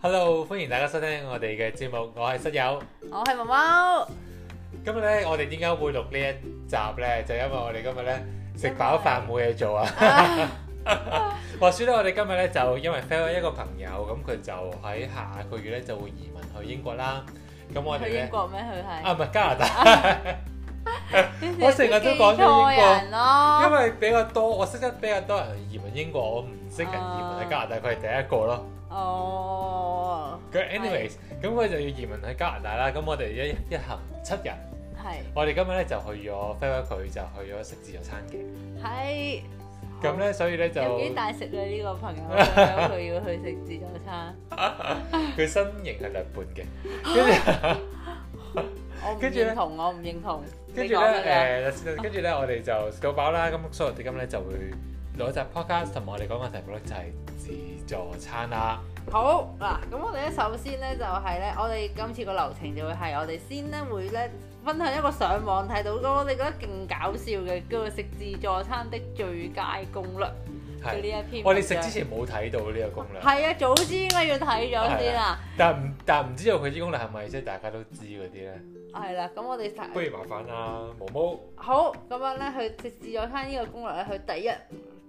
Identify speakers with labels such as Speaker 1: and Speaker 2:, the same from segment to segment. Speaker 1: Hello，歡迎大家收聽我哋嘅節目，我係室友。
Speaker 2: 我係毛毛，
Speaker 1: 今日咧，我哋點解會錄呢一集咧？就因為我哋今日咧食飽飯冇嘢做啊。 話說咧，我哋今日咧就因為 fail 一個朋友，咁佢就喺下個月咧就會移民去英國啦。咁我哋
Speaker 2: 去英
Speaker 1: 咧
Speaker 2: 國咩？佢係
Speaker 1: 啊，唔係加拿大，我成日都講咗英國
Speaker 2: 記錯人
Speaker 1: 因
Speaker 2: 咯，
Speaker 1: 為比較多，我識得比較多人移民英國，我唔識人移民去加拿大，佢係第一個咯。
Speaker 2: 哦，
Speaker 1: 佢 anyways，咁佢就要移民去加拿大啦。咁我哋一一行七人，
Speaker 2: 係
Speaker 1: 我哋今日咧就去咗 farewell 佢就去咗食自助餐嘅。
Speaker 2: 係
Speaker 1: 咁咧，所以咧就
Speaker 2: 好哦有幾大食女呢個朋友，佢要去食自助餐，
Speaker 1: 佢身形係兩半嘅。跟住
Speaker 2: 我唔
Speaker 1: 跟住咧
Speaker 2: 認同，我唔認同，
Speaker 1: 跟
Speaker 2: 你
Speaker 1: 住
Speaker 2: 講啊乜嘢
Speaker 1: 咧誒，跟住咧我哋就夠飽啦。咁所以我哋今日咧就會攞集 podcast 同埋我哋講嘅題目咧就係自助餐啦。
Speaker 2: 好嗱，咁我哋咧首先咧就係、咧，我哋今次個流程就會係我哋先咧會咧分享一個上網睇到嗰個你覺得勁搞笑嘅叫做食自助餐的最佳攻略嘅呢
Speaker 1: 係，
Speaker 2: 一篇文章。
Speaker 1: 我哋食之前冇睇到呢個攻略，
Speaker 2: 係啊，早知應該要睇咗先啊啦。
Speaker 1: 但唔但唔知道佢啲攻略係咪即係大家都知嗰啲咧？
Speaker 2: 係啦，咁我哋
Speaker 1: 不
Speaker 2: 睇
Speaker 1: 如麻煩啊毛毛。
Speaker 2: 好咁樣咧，佢食自助餐呢個攻略咧，佢第一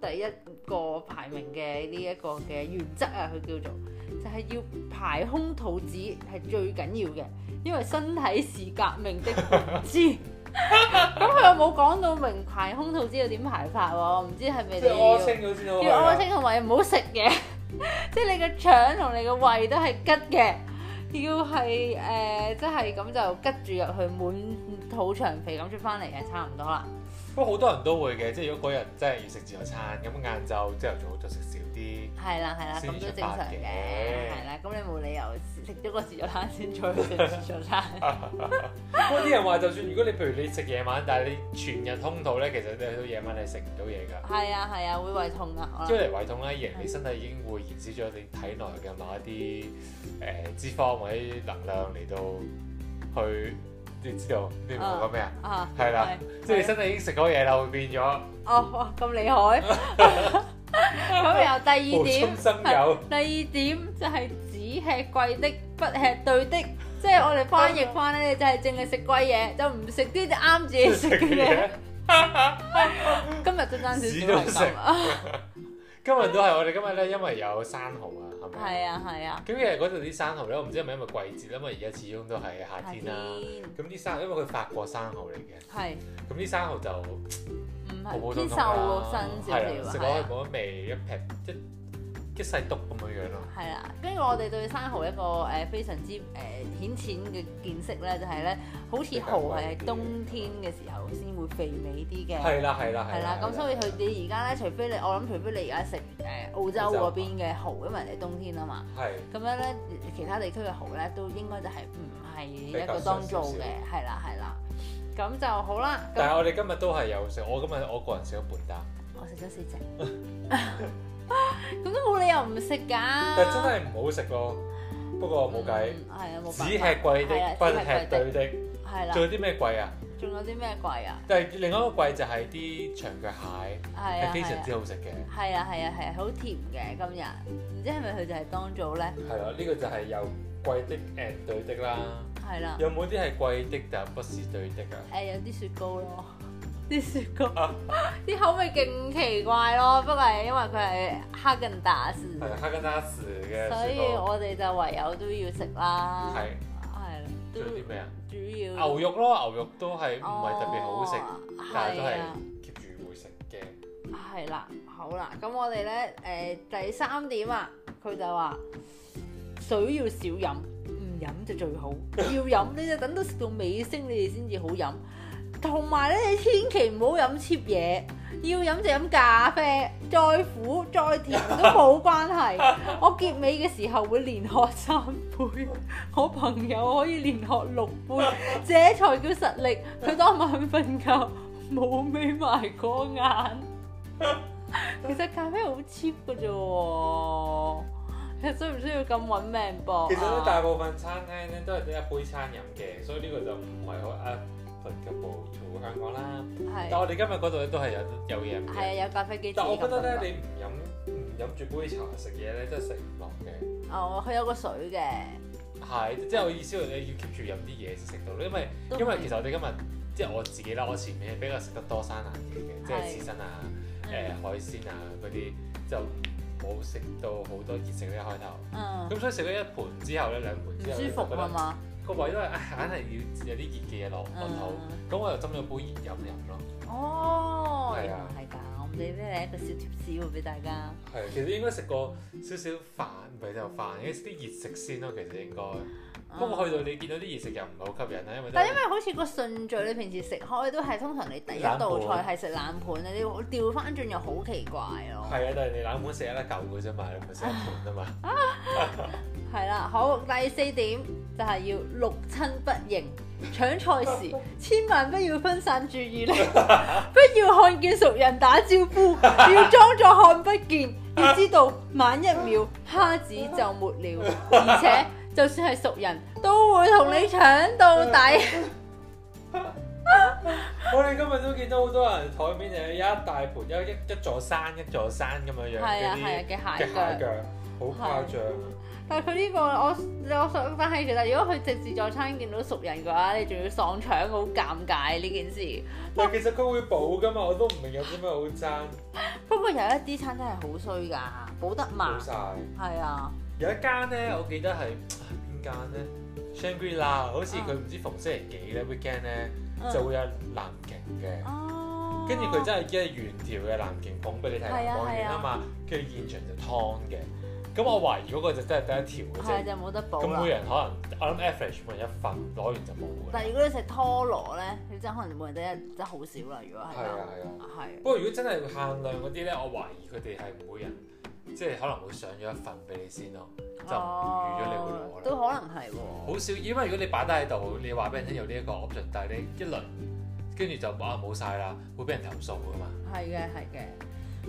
Speaker 2: 第一個排名嘅呢一個嘅原則啊，佢叫做就係、要排空肚子係最緊要嘅，因為身體是革命 的本質。咁佢又冇講到明排空肚子要點排法喎，我唔知係咪
Speaker 1: 即係
Speaker 2: 你要
Speaker 1: 屙清咗先好去
Speaker 2: 要
Speaker 1: 啊
Speaker 2: 屙清同埋唔好食 嘢，即係你個腸同你個胃都係吉嘅，要係誒、呃即係咁就吉住入去滿肚腸肥咁出翻嚟係差唔多啦。
Speaker 1: 不過好多人都會嘅，即係如果嗰日真係要食自助餐，咁晏晝朝頭早就食少啲。
Speaker 2: 係啦係啦，咁
Speaker 1: 先
Speaker 2: 都
Speaker 1: 出
Speaker 2: 正
Speaker 1: 發
Speaker 2: 常
Speaker 1: 嘅
Speaker 2: 嘅，係啦，咁你冇理由食咗個自助餐先再去食自助餐。
Speaker 1: 不過啲人話，就算如果你譬如你食夜晚，但係你全日空肚咧，其實你去到夜晚你食唔到嘢㗎。
Speaker 2: 係啊係啊，會胃痛啊，我
Speaker 1: 因
Speaker 2: 諗
Speaker 1: 為嚟胃痛咧，而你身體已經會燃燒咗你體內嘅某一啲誒、呃脂肪或者能量嚟到去，你知道你明我講咩啊？
Speaker 2: 啊
Speaker 1: 係啦，即係你
Speaker 2: 係
Speaker 1: 身體已經食咗嘢啦，會變咗
Speaker 2: 哦哇咁厲害，咁又
Speaker 1: 無
Speaker 2: 第二點
Speaker 1: 中。生有。
Speaker 2: 第二點就係只吃貴的，不吃對的，即係我哋翻譯翻咧，就係淨係食貴嘢，就唔食啲啱自己食嘅嘢。今日真爭
Speaker 1: 屎
Speaker 2: 少
Speaker 1: 都
Speaker 2: 少係
Speaker 1: 食
Speaker 2: 咁
Speaker 1: 今
Speaker 2: 啊，
Speaker 1: 日都係我哋今日咧，因為有生蠔啊，係咪？
Speaker 2: 係啊係啊，
Speaker 1: 咁其實嗰度啲生蠔咧，我唔知係咪因為季節啦，因為而家始終都係夏
Speaker 2: 夏
Speaker 1: 天啊
Speaker 2: 天
Speaker 1: 啦。咁啲生，因為佢法國生蠔嚟嘅，
Speaker 2: 係
Speaker 1: 咁啲生蠔就
Speaker 2: 唔
Speaker 1: 普普通
Speaker 2: 係偏
Speaker 1: 通
Speaker 2: 啊瘦
Speaker 1: 啦
Speaker 2: 喎，身
Speaker 1: 啊
Speaker 2: 少
Speaker 1: 係啦，食
Speaker 2: 少係
Speaker 1: 落
Speaker 2: 啊
Speaker 1: 去冇乜味，一劈一一細篤咁樣樣咯。
Speaker 2: 係啦，跟住我哋對生蠔一個誒、呃非常之誒、呃、顯淺嘅見識咧，就係、咧，好似蠔係喺冬天嘅時候先會肥美啲嘅。
Speaker 1: 係啊啦，係啦，
Speaker 2: 係啦，咁所以佢你而家咧，除非你我諗，除非你而家食誒澳洲嗰邊嘅蠔，因為你冬天啊嘛，
Speaker 1: 係
Speaker 2: 咁樣咧其他地區嘅蠔咧都應該就係唔係一
Speaker 1: 比較
Speaker 2: 個
Speaker 1: 上
Speaker 2: 當
Speaker 1: 少
Speaker 2: 造
Speaker 1: 少
Speaker 2: 嘅，係啦係啦，咁就好啦。
Speaker 1: 但係
Speaker 2: 咁
Speaker 1: 我哋今日都係有食，我今日我個人食咗半打，
Speaker 2: 我食咗四 隻，咁都冇理由唔食㗎。
Speaker 1: 但係真係唔好食咯。不過冇計，
Speaker 2: 啊嗯，係啊冇
Speaker 1: 只吃
Speaker 2: 辦
Speaker 1: 貴
Speaker 2: 係啊
Speaker 1: 的，
Speaker 2: 只
Speaker 1: 不
Speaker 2: 吃
Speaker 1: 吃
Speaker 2: 貴
Speaker 1: 對
Speaker 2: 的
Speaker 1: 的。
Speaker 2: 法，係啦
Speaker 1: 仲。有啲咩貴啊？
Speaker 2: 仲有啲咩貴啊？
Speaker 1: 但係另外一個貴就係啲長腳蟹，
Speaker 2: 係
Speaker 1: 係
Speaker 2: 啊
Speaker 1: 非常
Speaker 2: 係
Speaker 1: 之
Speaker 2: 啊
Speaker 1: 好食嘅。
Speaker 2: 係啊係啊係啊，好甜嘅今日，唔知係咪佢就係當造咧？
Speaker 1: 係啦，呢個就係有貴的 and 對的啦。
Speaker 2: 係啦。
Speaker 1: 有冇啲係貴的但不是對的啊？
Speaker 2: 誒、有啲雪糕咯， 啲雪糕， 啲口味勁奇怪咯。不過係因為佢係哈根達斯，
Speaker 1: 係啊哈根達斯嘅
Speaker 2: 所
Speaker 1: 雪
Speaker 2: 以
Speaker 1: 糕。
Speaker 2: 我哋就唯有都要食啦。
Speaker 1: 係，
Speaker 2: 係啦，都
Speaker 1: 仲有啲咩啊？
Speaker 2: 主要
Speaker 1: 牛肉咯，牛肉都係唔係特別好食，
Speaker 2: 哦
Speaker 1: 但係都係
Speaker 2: 係啊
Speaker 1: keep 住會食嘅。
Speaker 2: 係啦，好啦，咁我哋咧誒第三點啊，佢就話水要少飲，唔飲就最 好。要飲你就等到食到尾聲，你哋先至好飲。同埋咧，你千祈唔好飲 cheap 嘢，要飲就飲咖啡，再苦再 甜都冇關係。我結尾嘅時候會連喝三杯， 我朋友可以連喝六 杯，這才叫實力。佢當晚瞓覺冇眯埋個 眼。其實咖啡好 cheap 嘅啫喎，其實需唔需要咁揾命搏啊
Speaker 1: 其實咧，大部分餐廳咧都係得一杯餐飲嘅，所以呢個就唔係好 applicable to 香港啦。但
Speaker 2: 係
Speaker 1: 我哋今日嗰度咧都係有有嘢飲
Speaker 2: 係
Speaker 1: 嘅。
Speaker 2: 啊，有咖啡機自己
Speaker 1: 但我
Speaker 2: 咁
Speaker 1: 覺得咧，
Speaker 2: 樣
Speaker 1: 你唔飲唔飲住杯茶食嘢咧，真係食唔落嘅。
Speaker 2: 哦，佢有個水嘅，
Speaker 1: 係，即係我意思係你要 keep 住飲啲嘢先食到，因為
Speaker 2: 都
Speaker 1: 因為
Speaker 2: 係
Speaker 1: 其實我哋今日即係我自己啦，我前面比較食得多生冷嘢嘅，即係刺身啊、誒、
Speaker 2: 嗯
Speaker 1: 海鮮啊嗰啲，就冇食到好多熱食咧開頭。
Speaker 2: 嗯
Speaker 1: 咁所以食咗一盤之後咧，兩盤
Speaker 2: 唔
Speaker 1: 之後
Speaker 2: 舒服啊
Speaker 1: 啊嘛，
Speaker 2: 嘛，
Speaker 1: 個胃都係唉硬係要有啲熱嘅嘢落個肚，
Speaker 2: 嗯，
Speaker 1: 咁、我又斟咗杯熱飲飲咯。
Speaker 2: 哦，
Speaker 1: 係
Speaker 2: 原
Speaker 1: 啊
Speaker 2: 來係咁，你咩一個小貼士喎俾大家，
Speaker 1: 係，其實應該食過少少飯，唔係就飯，應該食啲熱食先咯。其實應該，不過去到
Speaker 2: 嗯
Speaker 1: 你見到啲熱食又唔係好吸引啊啦，因為都
Speaker 2: 但因為好似個順序，你平時食開都係通常你第一道
Speaker 1: 冷
Speaker 2: 菜係食冷盤啊，你調翻轉又好奇怪咯。
Speaker 1: 係啊，但係你冷盤食一粒嚿嘅啫嘛，你唔係食一盤啊 嘛。
Speaker 2: 係啦，好第四點就係要六親不認。搶菜時，千萬不要分散注意力， 不要看見熟人打招呼，要裝作看不見。要知道晚一秒，蝦子就沒了。而且就算係熟人，都會同你搶到底。
Speaker 1: 我哋今日都見到好多人台面就有一大盤，有一一座山一座山咁樣樣
Speaker 2: 係啊
Speaker 1: 嗰
Speaker 2: 係啊
Speaker 1: 啲
Speaker 2: 嘅
Speaker 1: 嘅
Speaker 2: 蟹腳
Speaker 1: 蟹。腳，好誇張啊。
Speaker 2: 但係佢呢個我我想，但係其實如果佢直接助餐見到熟人嘅話，你仲要喪搶，好尷尬呢件事。
Speaker 1: 但其實佢會補噶嘛，我都唔明有啲咩好爭，
Speaker 2: 不過有一啲餐廳係好衰㗎，補得
Speaker 1: 冇。
Speaker 2: 慢
Speaker 1: 晒。
Speaker 2: 係啊，
Speaker 1: 有一間咧，我記得係啊邊間咧？Shangri La，好似佢唔知逢星期幾咧 weekend 咧
Speaker 2: 嗯
Speaker 1: 就會有南極嘅。
Speaker 2: 哦，
Speaker 1: 跟住佢真係一係原條嘅南極捧俾你睇，
Speaker 2: 係啊嗯
Speaker 1: 望完啊嘛，跟住現場就劏嘅。咁我懷疑嗰個就真係得一條嘅
Speaker 2: 係啊
Speaker 1: 啫。
Speaker 2: 就冇得補
Speaker 1: 咁每
Speaker 2: 啦。
Speaker 1: 人可能我諗 average 每人一份，攞完就冇㗎啦
Speaker 2: 但係。如果你食拖羅咧，你真係可能每人得一真係好少啦。如果係
Speaker 1: 係啊係啊。
Speaker 2: 咁，係
Speaker 1: 不過如果真係限量嗰啲咧，我懷疑佢哋係每人即係可能會上咗一份俾你先咯，就唔預咗你會攞
Speaker 2: 啊哦
Speaker 1: 啦。
Speaker 2: 都可能係喎。
Speaker 1: 好少，因為如果你擺低喺度，你話俾人聽有呢一個 option，但係你一輪跟住就啊冇晒啦，會俾人投訴噶嘛。
Speaker 2: 係嘅係嘅。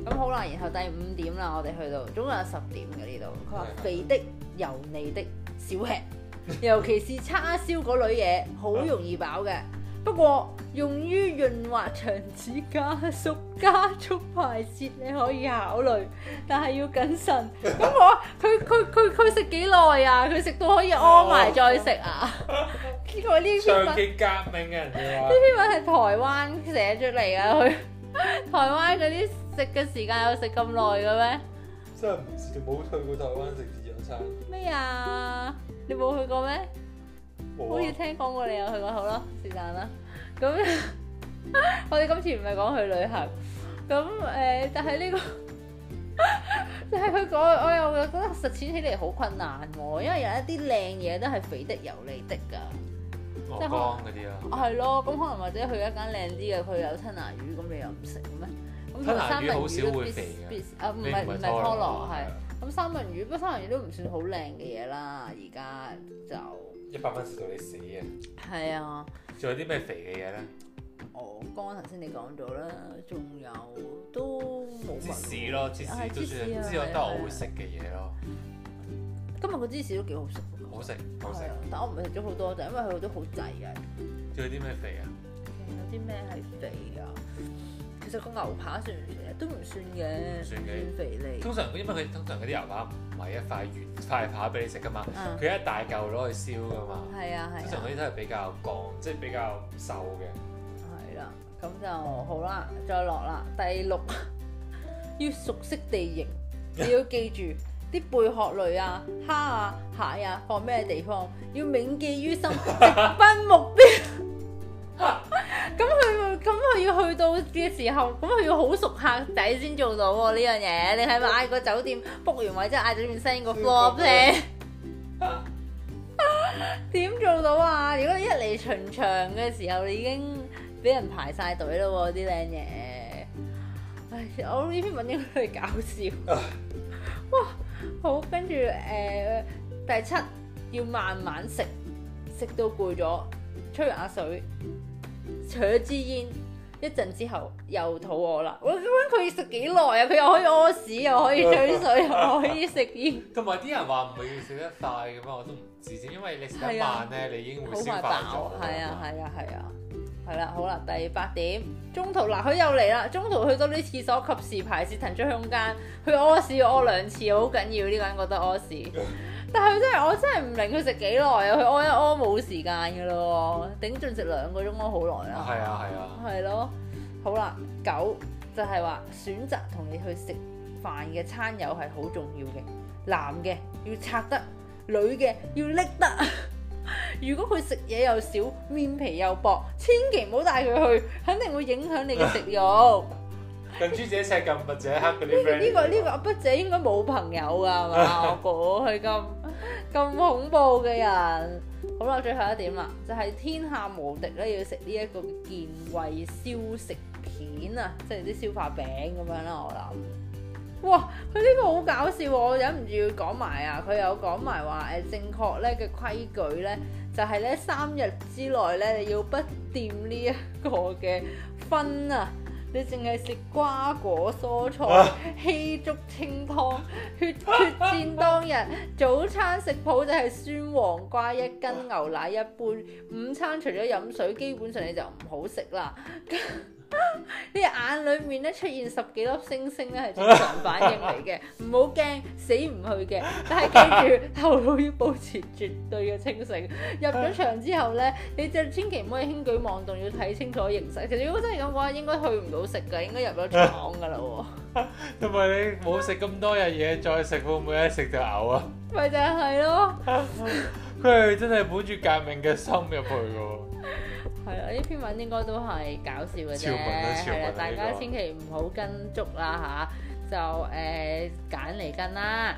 Speaker 2: 咁好啦，然後第五點啦，我哋去到總共有十點嘅呢度。佢話
Speaker 1: 係係
Speaker 2: 肥的、油膩的、少吃， 尤其是叉燒嗰類嘢，好容易飽嘅。不過用於潤滑腸子、加速加速排泄，你可以考慮，但係要謹慎。 咁我佢佢佢佢食幾耐啊？佢食到可以屙埋再食啊？ 呢個呢篇文
Speaker 1: 上期革命嘅人哋話
Speaker 2: 呢篇文係台灣寫出嚟㗎，佢 台灣嗰啲食嘅時間有食咁耐嘅
Speaker 1: 真係唔知冇去過台灣食自助餐，
Speaker 2: 咩？咩啊？你冇去過咩？好似
Speaker 1: 冇啊
Speaker 2: 聽講過你有去過，好啦，是但啦。咁 我哋今次唔係講去旅行，咁誒、呃但係呢、個 但係佢講，我又覺得實踐起嚟好困難喎，因為有一啲靚嘢都係肥的油膩的㗎，
Speaker 1: 鵝肝嗰啲啊啦。
Speaker 2: 係咯。咁可能或者去一間靚啲嘅，佢有吞拿魚，咁你又唔食嘅咩？咁
Speaker 1: 吞拿
Speaker 2: 三
Speaker 1: 魚
Speaker 2: 文
Speaker 1: 好少
Speaker 2: 都
Speaker 1: 會
Speaker 2: 必
Speaker 1: 肥嘅
Speaker 2: 必啊，唔
Speaker 1: 你
Speaker 2: 係唔係拖羅係。
Speaker 1: 啊
Speaker 2: 咁三文魚，不過三文魚都唔算好靚嘅嘢啦，而家就
Speaker 1: 一百蚊食到你死啊！
Speaker 2: 係啊。
Speaker 1: 仲有啲咩肥嘅嘢咧？
Speaker 2: 我剛頭先你講咗啦，仲有都冇
Speaker 1: 芝
Speaker 2: 乜
Speaker 1: 士咯，芝士
Speaker 2: 啊
Speaker 1: 都
Speaker 2: 芝士
Speaker 1: 算
Speaker 2: 啊
Speaker 1: 係芝士我覺得
Speaker 2: 係啊
Speaker 1: 我會食嘅嘢咯，
Speaker 2: 今日個芝士都幾好食喎，
Speaker 1: 好食好食
Speaker 2: 係。啊但我唔係食咗好多，就因為佢都好滯啊。
Speaker 1: 仲有啲咩肥啊？
Speaker 2: 有啲咩係肥啊？其實個牛扒算唔算啊？都唔算嘅，
Speaker 1: 唔算嘅
Speaker 2: 唔肥膩。
Speaker 1: 通常因為佢通常嗰啲牛扒唔係一塊圓塊扒俾你食噶嘛，
Speaker 2: 嗯，
Speaker 1: 佢一大嚿攞去燒噶嘛。
Speaker 2: 係啊
Speaker 1: 通
Speaker 2: 係
Speaker 1: 常
Speaker 2: 啊，
Speaker 1: 嗰啲都係比較鋼，即係比較瘦嘅。
Speaker 2: 係啦。咁就好啦，再落啦。第六要熟悉地形，你要記住。啲貝殼類啊、蝦啊、蟹啊，放咩地方？要銘記於心，直奔目標。 咁佢咁佢要去到嘅時候，咁佢要好熟客仔先做到喎呢樣嘢。你係咪嗌個酒店 book 完位之後嗌酒店 send 個 floor plan？點做到啊？如果一嚟巡場嘅時候，你已經俾人排晒隊咯喎啲靚嘢。唉，我呢篇文應該係搞笑。哇，好跟住誒、呃第七要慢慢食，食到攰咗，吹下水。扯支煙，一陣之後又肚餓啦。我咁佢食幾耐啊？佢又可以屙屎，又可以吹水，又可以食煙，
Speaker 1: 同埋啲人話唔係要食得快咁啊，我都唔知啫，因為你食得慢咧，你已經會
Speaker 2: 好
Speaker 1: 消
Speaker 2: 快
Speaker 1: 化
Speaker 2: 飽。
Speaker 1: 咗。
Speaker 2: 係啊，係啊，係啊，係係啦，好啦，第八點，中途嗱佢又嚟啦，中途去多啲廁所，及時排泄，騰出空間，去屙屎屙兩次，好緊要呢個人覺得屙 屎。但係佢真係我真係唔明佢食幾耐啊！佢屙一屙冇時間嘅咯喎，頂盡食兩個鐘屙好耐啦。
Speaker 1: 係啊係啊，
Speaker 2: 係咯，好啦，九就係話選擇同你去食飯嘅餐友係好重要嘅，男嘅要拆得，女嘅要拎得。 如果佢食嘢又少，面皮又薄，千祈唔好帶佢去，肯定會影響你嘅食欲。呢
Speaker 1: 近朱者赤，近墨者黑嗰啲 friend。
Speaker 2: 個 呢個阿筆姐應該冇朋友㗎係嘛？我估佢咁咁恐怖嘅人。好啦，最後一點啦，就係、天下無敵咧，要食呢一個健胃消食片啊，即係啲消化餅咁樣啦，我諗。哇！佢呢個好搞笑喎，我忍唔住要講埋啊！佢有講埋話誒正確咧嘅規矩咧，就係咧三日之內咧，你要不掂呢一個嘅分啊！你淨係食瓜果蔬菜、稀粥清湯、血血戰當日。早餐食譜就係酸黃瓜一斤、牛奶一杯。午餐除咗飲水，基本上你就唔好食啦。 你眼裏面咧出現十幾粒星星咧係正常反應嚟嘅，唔好驚，死唔去嘅。但係記住，頭腦要保持絕對嘅清醒。入咗場之後咧，你就千祈唔可以輕舉妄動，要睇清楚形勢。其實如果真係咁嘅話，應該去唔到食㗎，應該入咗廠㗎啦喎。
Speaker 1: 同埋你冇食咁多日嘢，再食會唔會一食就嘔啊？
Speaker 2: 咪就係咯，
Speaker 1: 佢係真係本住革命嘅心入去嘅喎。
Speaker 2: 係啦，呢篇文應該都係搞笑嘅啫，
Speaker 1: 潮文啊潮文啊
Speaker 2: 係啦
Speaker 1: 呢，個
Speaker 2: 大家千祈唔好跟足啦吓，就誒揀嚟跟啦。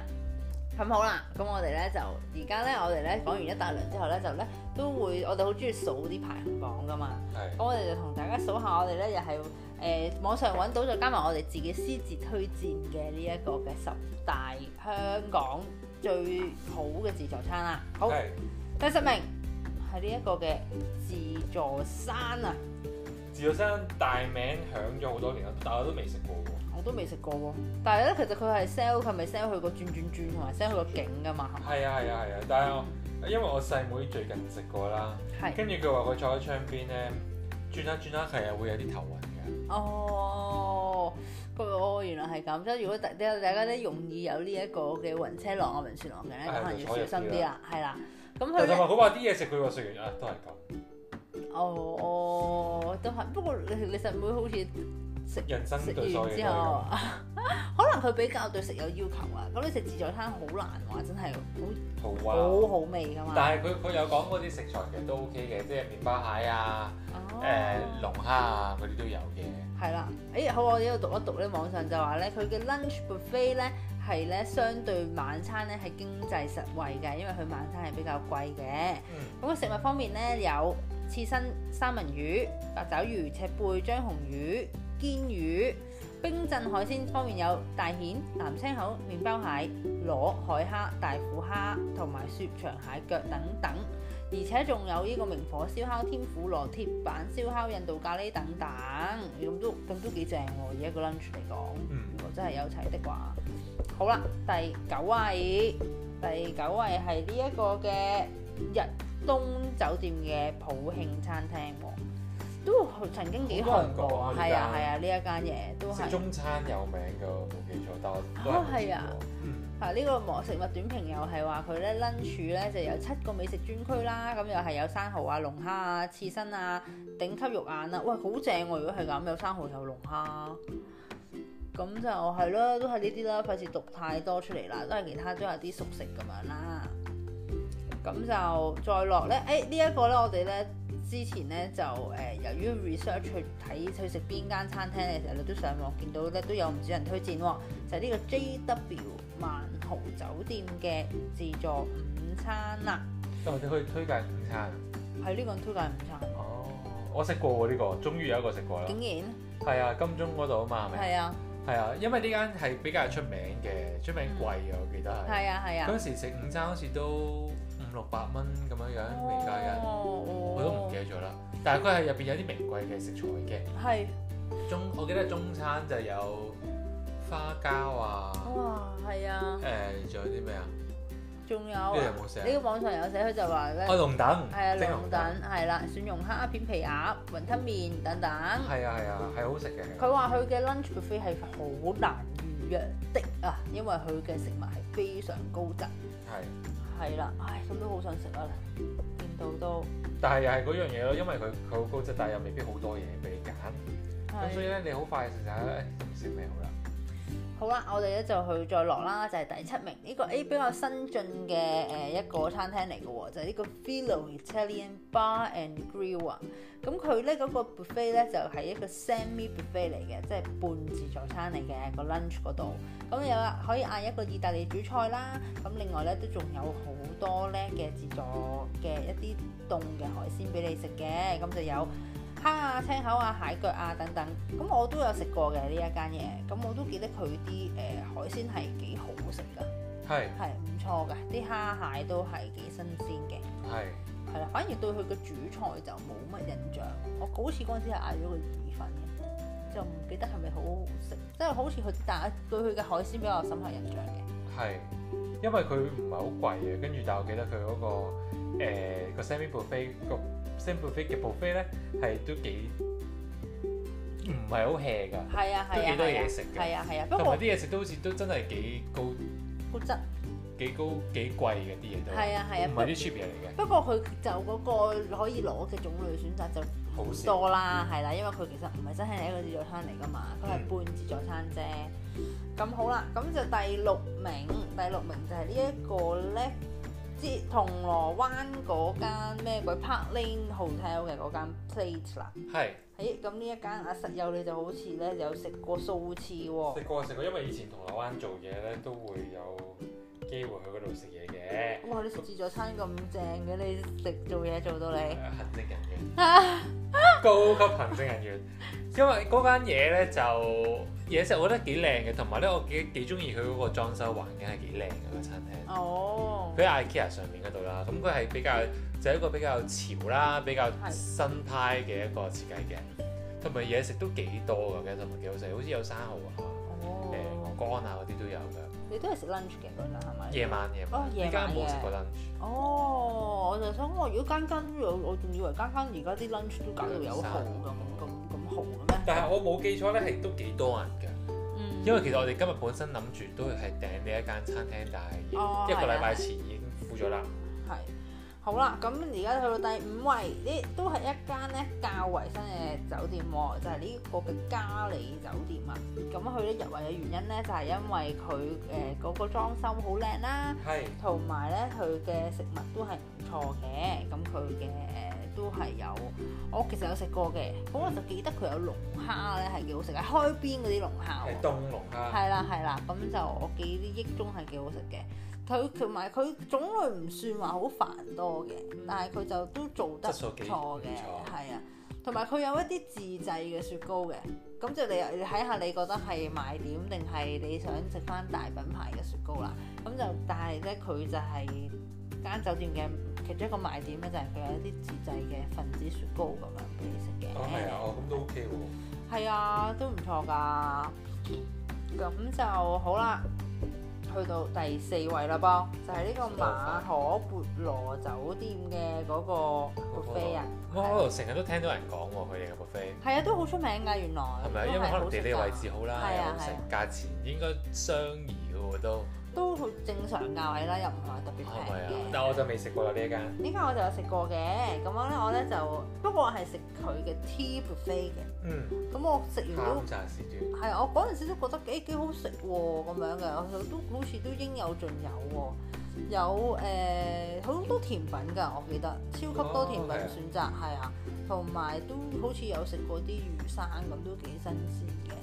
Speaker 2: 咁好啦，咁我哋咧就而家咧，我哋咧講完一大輪之後咧，就咧都會我哋好中意數啲排行榜噶嘛。
Speaker 1: 係
Speaker 2: 咁我哋就同大家數下我哋咧，又係誒網上揾到，再加埋我哋自己私自推薦嘅呢一個嘅十大香港最好嘅自助餐啦。好，
Speaker 1: 係
Speaker 2: 第十名係呢一個嘅自助山啊，
Speaker 1: 自助餐大名響咗好多年啦，但我都未食過喎。
Speaker 2: 我都未食過喎。但係咧，其實佢係 sell 佢咪 sell 佢個轉轉轉同埋 sell 佢個景噶嘛，
Speaker 1: 係啊係啊係啊，但係我因為我細妹最近食過啦，
Speaker 2: 係咪？係。
Speaker 1: 跟住佢話佢坐喺窗邊咧轉下轉下，係啊會有啲頭暈嘅。
Speaker 2: 哦，佢哦原來係咁，即係如果大大家咧容易有呢一個嘅雲車浪啊、雲船浪嘅咧，
Speaker 1: 係
Speaker 2: 可能
Speaker 1: 就
Speaker 2: 要
Speaker 1: 坐入
Speaker 2: 小心
Speaker 1: 啲
Speaker 2: 啲啦，係啦。咁佢
Speaker 1: 但
Speaker 2: 咧
Speaker 1: 同埋。佢話啲嘢食佢話食完啊都係咁，
Speaker 2: 哦，都係。不過你你實妹好似食
Speaker 1: 人生對
Speaker 2: 食
Speaker 1: 所有
Speaker 2: 完
Speaker 1: 嘢
Speaker 2: 之
Speaker 1: 都係
Speaker 2: 後
Speaker 1: 咁。，
Speaker 2: 可能佢比較對食有要求啊。咁你食自助餐好難話，真係
Speaker 1: 好
Speaker 2: 好
Speaker 1: 啊
Speaker 2: 好！好味噶嘛。
Speaker 1: 但係佢佢有講嗰啲食材其實都 OK 嘅，即係麵包蟹啊、
Speaker 2: 哦
Speaker 1: 誒龍蝦啊嗰啲都有嘅。
Speaker 2: 係啦，誒好，我呢度讀一讀咧，網上就話咧，佢嘅 lunch buffet 咧係咧相對晚餐咧係經濟實惠嘅，因為佢晚餐係比較貴嘅。
Speaker 1: 嗯，
Speaker 2: 咁啊食物方面咧有刺身三文魚、白爪魚、赤貝、張紅魚、堅魚。冰鎮海鮮方面有大蜆、藍青口、麵包蟹、螺、海蝦、大虎蝦同埋雪長蟹腳等等，而且仲有呢個明火燒烤、天婦羅、鐵板燒烤、印度咖喱等等，咁都咁都幾正喎！而家個 lunch 嚟講，
Speaker 1: 嗯
Speaker 2: 如果真係有齊的話，好啦，第九位，第九位係呢一個嘅日東酒店嘅普慶餐廳喎，都曾經幾
Speaker 1: 好多
Speaker 2: 紅
Speaker 1: 人
Speaker 2: 過
Speaker 1: 講
Speaker 2: 啊
Speaker 1: 啊，
Speaker 2: 係啊
Speaker 1: 呢間
Speaker 2: 係啊，呢一間嘢都係
Speaker 1: 食。中餐有名㗎，我冇記錯，但我都
Speaker 2: 啊
Speaker 1: 係未
Speaker 2: 係
Speaker 1: 食
Speaker 2: 啊
Speaker 1: 過。嗯
Speaker 2: 啊！呢、個網食物短評又係話佢咧 lunch 咧就有七個美食專區啦，咁又係有生蠔啊、龍蝦啊、刺身啊、頂級肉眼啊，喂，好正喎！如果係咁，有生蠔有龍蝦，咁就係咯，都係呢啲啦，費事讀太多出嚟啦，都係其他都有啲熟食咁樣啦。咁就再落咧，誒、呢一個咧，我哋咧之前咧就誒、由於 research 去睇去食邊間餐廳嘅時候，你都上網見到咧都有唔少人推薦喎、就係呢個 JW 萬豪酒店嘅自助午餐啦，
Speaker 1: 我哋可以推介午餐。
Speaker 2: 喺呢個推介午餐，
Speaker 1: 哦，我食過喎呢個，終於有一個食過啦。
Speaker 2: 竟
Speaker 1: 係啊，金鐘嗰度啊嘛，係咪？
Speaker 2: 然係啊，
Speaker 1: 係啊，因為呢間係比較出名嘅，出名貴啊，我記得係。
Speaker 2: 係啊，係啊，
Speaker 1: 嗰時食午餐好似都五六百蚊咁樣樣未計嘅，
Speaker 2: 哦，
Speaker 1: 我都唔記得咗啦。但係佢係入邊有啲名貴嘅食材嘅，
Speaker 2: 係，
Speaker 1: 中我記得中餐就有花膠啊，
Speaker 2: 哇，係啊，
Speaker 1: 誒仲有啲咩啊？
Speaker 2: 仲仲有
Speaker 1: 呢度有
Speaker 2: 啊
Speaker 1: 冇
Speaker 2: 呢個
Speaker 1: 寫？
Speaker 2: 網上有寫，佢就話咧
Speaker 1: 啊，，龍等，
Speaker 2: 係啊，
Speaker 1: 蒸
Speaker 2: 龍躉係啦，蒜蓉蝦片皮鴨、雲吞麵等等。
Speaker 1: 係啊係啊，係好食嘅。係啊
Speaker 2: 佢話佢嘅 lunch buffet 係好難預約的啊，因為佢嘅食物係非常高質。
Speaker 1: 係，
Speaker 2: 係啦，唉，咁都好想食啊！見到都
Speaker 1: 但係又係嗰樣嘢咯，因為佢佢好高質，但係又未必好多嘢俾你揀，咁所以
Speaker 2: 係
Speaker 1: 咧你好快就就咧食咩好啦？
Speaker 2: 好啦，我哋咧就去再落啦，就係、第七名呢、個
Speaker 1: 嗯
Speaker 2: A 比較新進嘅誒、一個餐廳嚟嘅喎，就係、呢個 Filo Italian Bar and Grill 啊。咁佢咧嗰個 buffet 咧就係、一個 semi buffet 嚟嘅，即係半自助餐嚟嘅個 lunch 嗰度。咁有啦可以嗌一個意大利主菜啦，咁另外咧都仲有好多咧嘅自助嘅一啲凍嘅海鮮俾你食嘅，咁就有蝦啊、青口啊、蟹腳啊等等。咁我都有食過嘅呢一間嘢，咁我都記得佢啲誒海鮮係幾好食㗎，
Speaker 1: 係
Speaker 2: 係唔錯㗎，啲蝦蟹都係幾新鮮嘅。
Speaker 1: 係
Speaker 2: 係啦，反而對佢嘅主菜就冇乜印象。我好似嗰陣時係嗌咗個意粉嘅，就唔記得係咪好好食，即係好似佢但係對佢嘅海鮮比較深刻印象嘅。
Speaker 1: 係，因為佢唔係好貴嘅，跟住但係我記得佢嗰個誒個 semi buffet 個 semi buffet 嘅 buffet 咧係都幾唔係好 hea 㗎，
Speaker 2: 係啊
Speaker 1: 都
Speaker 2: 係啊
Speaker 1: 幾多
Speaker 2: 係啊
Speaker 1: 嘢食
Speaker 2: 係
Speaker 1: 嘅，
Speaker 2: 啊係啊，不
Speaker 1: 同
Speaker 2: 過
Speaker 1: 埋啲嘢食都好似都真係幾高
Speaker 2: 個質
Speaker 1: 幾高幾貴嘅啲嘢都，
Speaker 2: 係啊係啊
Speaker 1: 唔係啲 cheap 嘢嚟嘅，
Speaker 2: 不過佢就嗰個可以攞嘅種類選擇就
Speaker 1: 好少。
Speaker 2: 多啦，係啦，因為佢其實唔係真係一個自助餐嚟噶嘛，佢係
Speaker 1: 嗯
Speaker 2: 半自助餐啫。咁好啦，咁就第六名，第六名就係呢一個咧，即銅鑼灣嗰間咩鬼 Park Lane Hotel 嘅嗰間 Plate 啦。
Speaker 1: 係
Speaker 2: 喺咁呢一間啊室友你就好似咧有食過數次喎、
Speaker 1: 食過食過，因為以前銅鑼灣做嘢咧都會有機會去嗰度食嘢嘅，
Speaker 2: 哇！你食自助餐咁正嘅，你食做嘢做到你
Speaker 1: 誒行政人員，高級行政人員。因為嗰間嘢咧就嘢食，我覺得幾靚嘅，同埋咧我幾幾中意佢嗰個裝修環境係幾靚嘅個餐廳。
Speaker 2: 哦，
Speaker 1: 佢喺 IKEA 上面嗰度啦，咁佢係比較就係一個比較潮啦，比較
Speaker 2: 係
Speaker 1: 新派嘅一個設計嘅，同埋嘢食都幾多㗎，同埋幾好食，好似有生蠔啊、誒鵝
Speaker 2: 哦，
Speaker 1: 肝啊嗰啲都有㗎。
Speaker 2: 你都係食 lunch 嘅嗰陣係咪？
Speaker 1: 夜晚夜
Speaker 2: 哦
Speaker 1: 晚，
Speaker 2: 夜
Speaker 1: 依家
Speaker 2: 晚
Speaker 1: 冇食過
Speaker 2: 嘅
Speaker 1: lunch。
Speaker 2: 哦，我就想我如果間間都有，我仲以為間間而家啲 lunch 都搞到有號咁咁咁豪嘅咩？
Speaker 1: 但係我冇記錯咧，係都幾多人㗎。
Speaker 2: 嗯
Speaker 1: 因為其實我哋今日本身諗住都係訂呢一間餐廳，但
Speaker 2: 哦
Speaker 1: 係一個禮拜前已經 full 咗啦。
Speaker 2: 係好啦，咁而家去到第五位，呢都係一間咧較為新嘅酒店喎，就係、呢個嘅嘉里酒店啊。咁佢咧入圍嘅原因咧，就係、因為佢誒嗰個裝修好靚啦。
Speaker 1: 係
Speaker 2: 同埋咧，佢嘅食物都係唔錯嘅，咁佢嘅誒都係有，我其實有食過嘅，咁我就記得佢有龍蝦咧係幾好食，係開邊嗰啲龍蝦
Speaker 1: 係
Speaker 2: 喎，
Speaker 1: 凍龍蝦，
Speaker 2: 係啦係啦，咁就我記憶中係幾好食嘅。佢同埋佢種類唔算話好繁多嘅，但係佢就都做得
Speaker 1: 嗯質素
Speaker 2: 唔
Speaker 1: 幾
Speaker 2: 錯嘅
Speaker 1: 唔錯，
Speaker 2: 係啊。同埋佢有一啲自製嘅雪糕嘅，咁就你你睇下你覺得係賣點定係你想食翻大品牌嘅雪糕啦。咁就但係咧，佢就係間酒店嘅其中一個賣點咧，就係佢有一啲自製嘅分子雪糕咁樣俾你食嘅。
Speaker 1: 哦係啊，哦咁都 OK 喎。
Speaker 2: 係啊，都唔錯㗎。咁就好啦，去到第四位啦噃，就係、呢個馬可波羅酒店嘅嗰個 buffet 啊。
Speaker 1: 我喺度成日都聽到人講喎，佢哋嘅 buffet
Speaker 2: 係啊，都好出名㗎，原來
Speaker 1: 係咪？因為可能地理位置好啦，
Speaker 2: 係
Speaker 1: 又
Speaker 2: 啊
Speaker 1: 好食
Speaker 2: 係啊，
Speaker 1: 價錢應該相宜嘅喎都
Speaker 2: 都好正常價位啦，又唔係特別
Speaker 1: 係咪啊
Speaker 2: 平？嘅。
Speaker 1: 但我就未食過啦呢一間。
Speaker 2: 呢間我就有食過嘅，咁樣咧我咧就不過我係食佢嘅 tea buffet 嘅，
Speaker 1: 嗯，
Speaker 2: 咁我食完都
Speaker 1: 下午。茶時段。
Speaker 2: 係啊，我嗰陣時都覺得幾幾好食喎咁樣嘅，我就都好似都應有盡有喎、有誒好、多甜品㗎，我記得超級多甜品
Speaker 1: 哦
Speaker 2: 選擇係啊，同埋都好似有食過啲魚生咁，都幾新鮮嘅。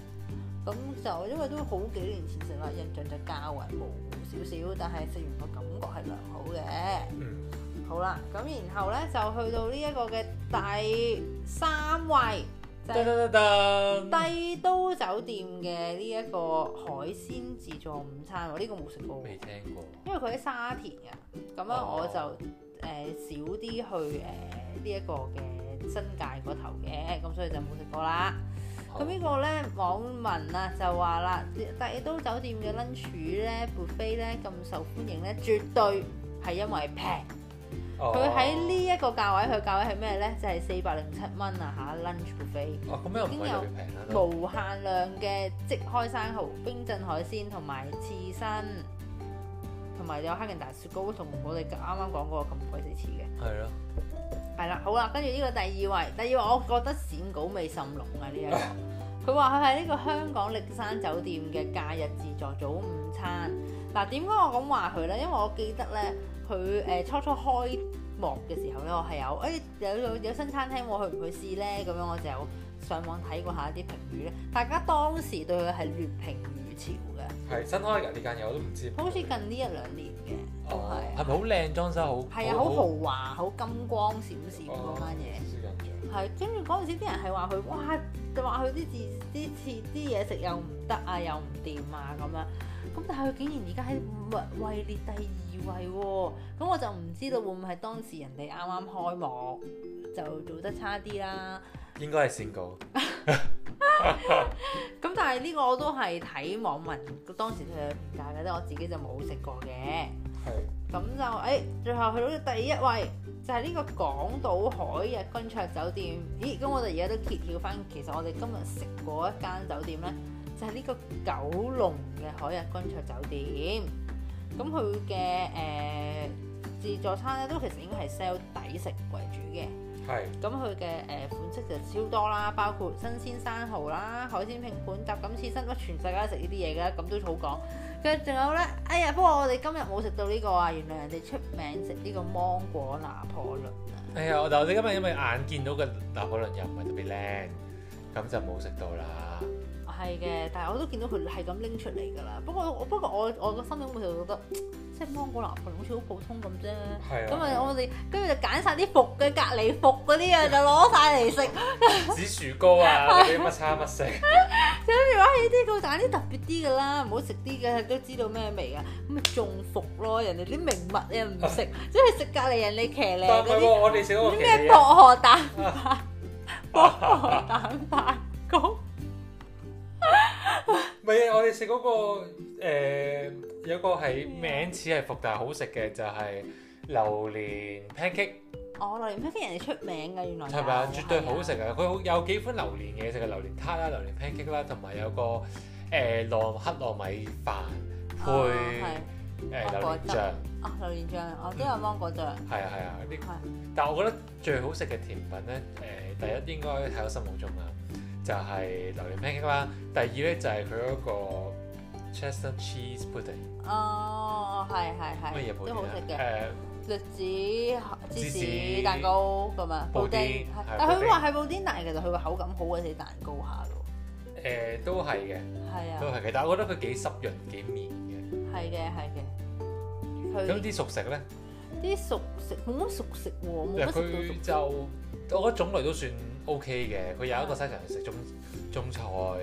Speaker 2: 咁就因為都好幾年前食啦，印象就較為模糊少少，但係食完個感覺係良好嘅。
Speaker 1: 嗯，
Speaker 2: 好啦，咁然後咧就去到呢一個嘅第三位，就係
Speaker 1: 噔噔噔噔，
Speaker 2: 帝都酒店嘅呢一個海鮮自助午餐，我呢、個冇食過，
Speaker 1: 未聽過。
Speaker 2: 因為佢喺沙田嘅，咁樣
Speaker 1: 哦
Speaker 2: 我就誒、呃少啲去誒呢一個嘅新界嗰頭嘅，咁所以就冇食過啦。
Speaker 1: 好
Speaker 2: 咁呢個咧網民啊就話啦，帝都酒店嘅 lunch 咧 buffet 咧咁受歡迎咧，絕對係因為平。
Speaker 1: 哦
Speaker 2: 佢喺呢一個價位，佢價位係咩呢？就係四百零七蚊啊嚇，lunch buffet。
Speaker 1: 哦咁又唔係特別平啦都。
Speaker 2: 無限量嘅即開生蠔、冰鎮海鮮同埋刺身，同埋有哈根達雪糕，同我哋啱啱講嗰個咁鬼死似嘅。
Speaker 1: 係咯，
Speaker 2: 係啦，好啦，跟住呢個第二位，第二位我覺得鱔稿味甚濃啊呢一個。佢話佢係呢個香港歷山酒店嘅假日自助早午餐。嗱點解我咁話佢呢？因為我記得呢，佢誒、呃初初開幕嘅時候呢，我係有誒、哎有有有新餐廳我去唔去試呢？咁樣我就有上網睇過下啲評語呢，大家當時對佢係劣評如潮嘅，
Speaker 1: 係新開㗎呢間嘢我都唔知。
Speaker 2: 好似近呢一兩年嘅都
Speaker 1: 哦
Speaker 2: 係
Speaker 1: 係咪好靚裝修？好哦
Speaker 2: 係啊，好豪華，好金光閃閃嗰間嘢。
Speaker 1: 少印象。
Speaker 2: 係，跟住嗰陣時啲人係話佢，哇！就話佢啲字啲次啲嘢食又唔得啊，又唔掂啊咁樣。咁但係佢竟然而家喺位位列第二位喎、咁我就唔知道會唔會係當時人哋啱啱開幕就做得差啲啦。
Speaker 1: 應該係線稿。
Speaker 2: 咁但係呢個我都係睇網民當時佢嘅評價嘅啫，我自己就冇食過嘅。
Speaker 1: 係。
Speaker 2: 咁就誒、哎最後去到第一位就係、呢個港島海日君卓酒店。咦，咁我哋而家都揭曉翻，其實我哋今日食過一間酒店呢，就係、呢個九龍嘅海日君卓酒店。咁佢嘅誒自助餐呢，都其實應該係 sell 抵食為主嘅。
Speaker 1: 係。
Speaker 2: 咁佢嘅誒款式就超多啦，包括新鮮生蠔啦、海鮮拼盤、雜錦刺身，乜全世界都食呢啲嘢㗎，咁都好講。跟住仲有咧，哎呀，不過我哋今日冇食到呢個啊，原來人哋出名食呢個芒果拿破崙啊。
Speaker 1: 哎呀，我但我哋今日因為眼見到嘅拿破崙又唔係特別靚，咁就冇食到啦。
Speaker 2: 係嘅，但係我都見到佢係咁拎出嚟㗎啦。不過我不過我我個心諗我就覺得，即係芒果拿破崙好似好普通咁啫。
Speaker 1: 係
Speaker 2: 咁啊， 我哋跟住就揀晒啲服嘅隔離服嗰啲啊，就攞晒嚟食。
Speaker 1: 紫薯糕 啊，嗰啲乜叉乜食。
Speaker 2: 跟住話呢啲佢揀啲特別啲㗎啦，唔好食啲嘅都知道咩味啊，咁咪中伏咯。人哋啲名物你又唔食，即係食隔離人哋騎呢
Speaker 1: 但唔
Speaker 2: 嗰
Speaker 1: 係喎，
Speaker 2: 啲
Speaker 1: 我哋食嗰
Speaker 2: 嗰
Speaker 1: 個
Speaker 2: 啲
Speaker 1: 其
Speaker 2: 咩
Speaker 1: 實
Speaker 2: 薄荷蛋白、薄荷蛋白糕，
Speaker 1: 唔係啊，我哋食嗰個、呃、有個係名似係伏，但係好食嘅就係、榴蓮 pancake
Speaker 2: 我榴蓮批人哋出名㗎，原來
Speaker 1: 係咪啊？
Speaker 2: 有
Speaker 1: 絕對好食。啊！佢好有幾款榴蓮嘢食嘅，榴蓮撻啦、榴蓮 pancake 啦，同埋有個誒、呃、糯黑糯米飯
Speaker 2: 係啊
Speaker 1: 配
Speaker 2: 哦
Speaker 1: 誒、
Speaker 2: 係
Speaker 1: 呃
Speaker 2: 芒
Speaker 1: 榴
Speaker 2: 果
Speaker 1: 蓮
Speaker 2: 汁
Speaker 1: 醬，
Speaker 2: 啊，榴蓮醬，我都有芒果醬，
Speaker 1: 係啊係啊！呢
Speaker 2: 係
Speaker 1: 但係我覺得最好食嘅甜品咧，誒、第一應該喺我心目中啊，就係、榴蓮 pancake 啦。第二咧就係佢嗰個 chestnut cheese pudding，
Speaker 2: 哦，係係
Speaker 1: 乜嘢
Speaker 2: 係，
Speaker 1: pudding
Speaker 2: 都好食
Speaker 1: 啊
Speaker 2: 嘅。
Speaker 1: 誒
Speaker 2: 栗子、芝
Speaker 1: 芝
Speaker 2: 士
Speaker 1: 士
Speaker 2: 蛋糕咁啊，
Speaker 1: 布
Speaker 2: 布
Speaker 1: 丁
Speaker 2: 丁
Speaker 1: 係
Speaker 2: 係。但
Speaker 1: 布
Speaker 2: 佢
Speaker 1: 丁
Speaker 2: 話係布丁，但係其實佢個口感好鬼死蛋糕下咯。
Speaker 1: 誒、都係嘅，
Speaker 2: 係
Speaker 1: 都
Speaker 2: 啊，
Speaker 1: 係嘅。但係我覺得佢幾濕潤、幾綿嘅。
Speaker 2: 係嘅，係嘅。
Speaker 1: 咁
Speaker 2: 佢
Speaker 1: 啲熟食咧，
Speaker 2: 啲熟食冇乜熟食喎，冇乜食
Speaker 1: 佢
Speaker 2: 到
Speaker 1: 就我覺得種類都算 OK 嘅。佢有一個西場食中中菜
Speaker 2: 熟。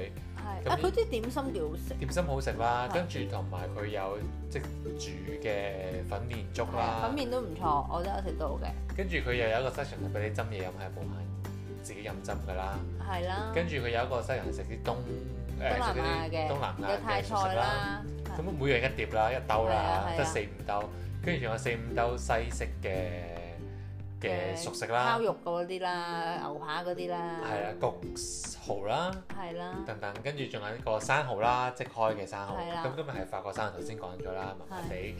Speaker 1: 咁
Speaker 2: 係啊，佢啲點心幾好食。
Speaker 1: 點心好食啦，
Speaker 2: 係
Speaker 1: 跟住同埋佢有即煮嘅粉麵粥
Speaker 2: 係啊
Speaker 1: 啦
Speaker 2: 粉，面都唔錯，我都有食到嘅。
Speaker 1: 跟住佢又有一個 section 係俾你斟嘢飲，係無限自己飲斟㗎啦。
Speaker 2: 係啦，
Speaker 1: 跟住佢有一個 section 係食啲東誒
Speaker 2: 東
Speaker 1: 食啲
Speaker 2: 南亞嘅
Speaker 1: 東南
Speaker 2: 有
Speaker 1: 亞
Speaker 2: 泰
Speaker 1: 嘅熟食
Speaker 2: 菜
Speaker 1: 啦。
Speaker 2: 啦，
Speaker 1: 咁每樣一碟啦，一兜
Speaker 2: 係啊
Speaker 1: 啦
Speaker 2: 係，啊
Speaker 1: 得四五兜，跟住仲有四五兜西式嘅嘅
Speaker 2: 嘅
Speaker 1: 熟食啦
Speaker 2: 烤，肉啊嗰啲啦，牛扒嗰啲啦，
Speaker 1: 係啊啦，焗蠔啦
Speaker 2: 係啦，
Speaker 1: 等等，跟住仲有一個生蠔啦，即開嘅生蠔
Speaker 2: 係。啦
Speaker 1: 咁今日係法國生蠔，頭先講咗啦，麻麻地。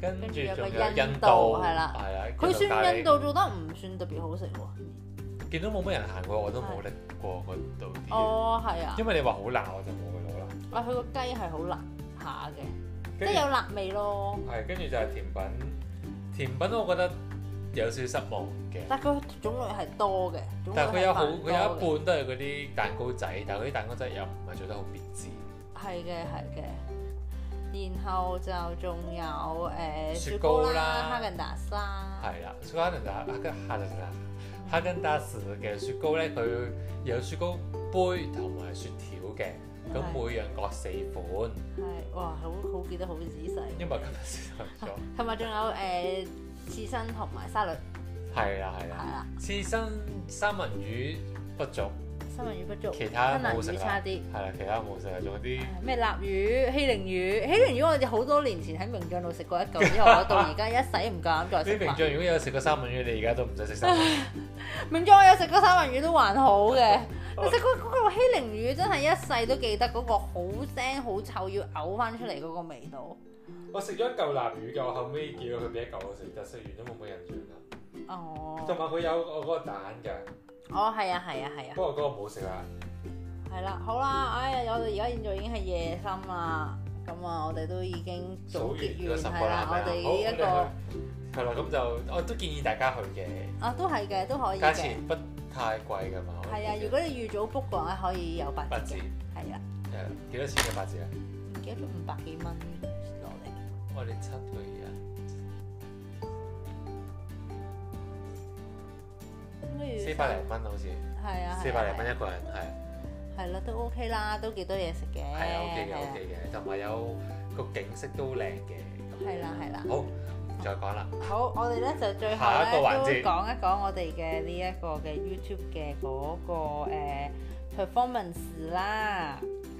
Speaker 1: 跟住
Speaker 2: 跟住有
Speaker 1: 仲
Speaker 2: 個
Speaker 1: 有
Speaker 2: 印
Speaker 1: 印
Speaker 2: 度
Speaker 1: 度，
Speaker 2: 係啦
Speaker 1: 係啊啦，
Speaker 2: 佢
Speaker 1: 見到咖
Speaker 2: 算
Speaker 1: 喱
Speaker 2: 印度做得唔算特別好食喎。
Speaker 1: 見到冇乜人行過，我都冇拎過嗰度啲嘢，
Speaker 2: 哦，係啊。
Speaker 1: 因為你話好辣，我就冇去攞啦。
Speaker 2: 啊！佢個雞係好辣下嘅，即
Speaker 1: 跟住
Speaker 2: 係有辣味咯。
Speaker 1: 係，跟住就係甜品，甜品我覺得有少少失望嘅。
Speaker 2: 但係佢種類係多嘅，種類
Speaker 1: 但係佢有好，
Speaker 2: 係
Speaker 1: 佢有一半都係嗰啲蛋糕仔，但係嗰啲蛋糕仔又唔係做得好別緻。
Speaker 2: 係嘅係嘅。然後就仲有誒
Speaker 1: 雪
Speaker 2: 雪
Speaker 1: 糕
Speaker 2: 糕
Speaker 1: 啦
Speaker 2: 啦、哈根達斯啦，
Speaker 1: 係 啦，哈根達哈根哈根達哈根達斯嘅雪糕咧，佢有雪糕杯同埋雪條嘅，咁
Speaker 2: 係
Speaker 1: 每樣各四款。
Speaker 2: 係哇，好好記得好仔細。
Speaker 1: 因為今日先去咗，
Speaker 2: 同埋仲有誒刺身同埋沙律，
Speaker 1: 係啦係
Speaker 2: 係
Speaker 1: 啦，
Speaker 2: 啦，
Speaker 1: 刺身三文魚不足，
Speaker 2: 三文魚不足，
Speaker 1: 嗯其他
Speaker 2: 吞拿
Speaker 1: 冇食啊
Speaker 2: 魚
Speaker 1: 啦
Speaker 2: 差啲。
Speaker 1: 係啦，其他冇食啦，仲有啲
Speaker 2: 咩臘魚、欺凌魚、欺凌魚，我哋好多年前喺名將度食過一嚿，之後我到而家一洗唔夠膽再
Speaker 1: 啲
Speaker 2: 食
Speaker 1: 名
Speaker 2: 飯。
Speaker 1: 將如果有食過三文魚，你而家都唔使食三文 魚。
Speaker 2: 名將我有食過三文魚都還好 嘅，
Speaker 1: 哦
Speaker 2: 我食過嗰個欺凌魚真係一世都記得嗰個好腥好臭，要嘔翻出嚟嗰個味道。
Speaker 1: 我食咗一嚿臘魚嘅，我後尾叫佢俾一嚿我食，但食完都冇乜印象啦。同
Speaker 2: 哦，
Speaker 1: 埋佢有我嗰個蛋㗎，
Speaker 2: 哦係啊係啊係啊
Speaker 1: 不，過嗰個冇食啦。
Speaker 2: 係啦，好啦，哎呀，我哋而家現在已經係夜深啦，咁啊，我哋都已經總結完
Speaker 1: 數
Speaker 2: 係啦，我哋呢一個
Speaker 1: 好我哋去係啦，咁就我都建議大家去嘅，
Speaker 2: 啊都係嘅，都可以
Speaker 1: 價
Speaker 2: 嘅。
Speaker 1: 錢不太貴㗎嘛。我
Speaker 2: 係啊，
Speaker 1: 覺得
Speaker 2: 如果你預早 book 嘅話，可以有八折
Speaker 1: 八折
Speaker 2: 嘅，係啊啦。
Speaker 1: 係啦幾多錢嘅八折啊？
Speaker 2: 唔記得咗五百幾蚊落嚟，
Speaker 1: 我哋七個而家
Speaker 2: 應該要
Speaker 1: 四百零蚊好似，
Speaker 2: 係啊，
Speaker 1: 四百零
Speaker 2: 一，
Speaker 1: 蚊一個人係。
Speaker 2: 係啦，都 OK 啦，都幾多嘢食嘅，
Speaker 1: 係啊，OK 嘅
Speaker 2: 係啊
Speaker 1: ，OK 嘅，同埋有個景色都靚嘅。咁樣
Speaker 2: 係啦係啦
Speaker 1: 好，唔再講啦。
Speaker 2: 好，我哋咧就最後
Speaker 1: 下
Speaker 2: 咧
Speaker 1: 一個環
Speaker 2: 都
Speaker 1: 節
Speaker 2: 講一講我哋嘅呢一個嘅 YouTube 嘅嗰個誒 performance 啦。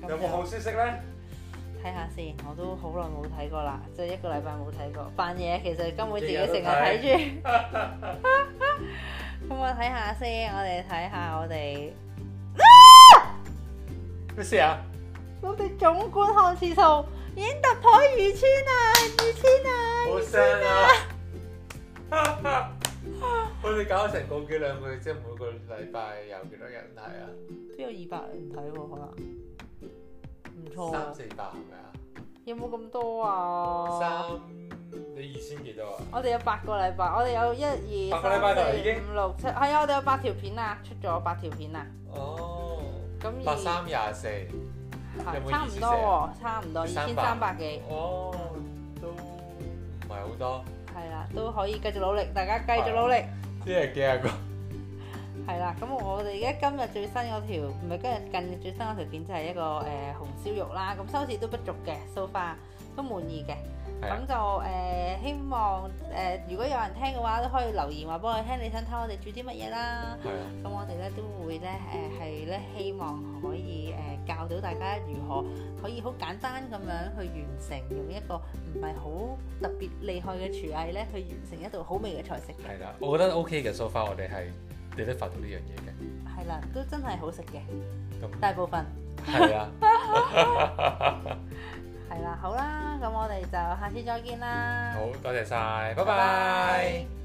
Speaker 2: 咁就
Speaker 1: 消息咧？
Speaker 2: 睇下先，我都好耐冇睇過啦，即係一個禮拜冇睇過。扮嘢其實根本自己成日 睇住。咁我睇下先，我哋睇下我哋
Speaker 1: 咩事啊？
Speaker 2: 我哋總觀看次數已經突破二千啦，二千啦！
Speaker 1: 好聲啊！我哋搞成個幾兩個月，即係每個禮拜有幾多人睇啊？
Speaker 2: 都有二百人睇喎，可能唔錯
Speaker 1: 三
Speaker 2: 啊。
Speaker 1: 四百係咪啊？
Speaker 2: 有冇咁多啊？
Speaker 1: 三你二千幾多啊？
Speaker 2: 我哋有八個禮拜，我哋有一
Speaker 1: 八
Speaker 2: 二
Speaker 1: 個禮拜
Speaker 2: 三
Speaker 1: 就已
Speaker 2: 四
Speaker 1: 經
Speaker 2: 五六七，係啊，我哋有八條片啊，出咗八條片啊。
Speaker 1: 哦，
Speaker 2: 咁
Speaker 1: 八
Speaker 2: 而
Speaker 1: 三廿四，
Speaker 2: 係
Speaker 1: 有冇
Speaker 2: 差唔多
Speaker 1: 啊
Speaker 2: 喎，差唔多二千三百幾，
Speaker 1: 哦，都唔係好多，
Speaker 2: 係啦，都可以繼續努力，大家繼
Speaker 1: 啊
Speaker 2: 續努力。
Speaker 1: 即係幾廿個。
Speaker 2: 係啦，咁我哋而家今日最新嗰條，唔係今日近日最新嗰條片就係一個誒、呃、紅燒肉啦，咁收視都不俗嘅，so far 都滿意嘅。
Speaker 1: 係啊
Speaker 2: 咁就誒、呃希望誒、呃如果有人聽嘅話，都可以留言話俾我聽，你想睇我哋煮啲乜嘢啦。
Speaker 1: 係啊，
Speaker 2: 咁我哋咧都會咧誒係咧希望可以誒、呃教到大家如何可以好簡單咁樣去完成，用一個唔係好特別厲害嘅廚藝咧去完成一道好味嘅菜式嘅。
Speaker 1: 係啦，我覺得 OK 嘅，so far 我哋係 deliver 到呢樣嘢嘅。
Speaker 2: 係啦，都真係好食嘅，
Speaker 1: 咁
Speaker 2: 大部分。
Speaker 1: 係啊，
Speaker 2: 係啦，好啦，咁我哋就下次再見啦，
Speaker 1: 好多謝晒，拜
Speaker 2: 拜
Speaker 1: 拜。
Speaker 2: 拜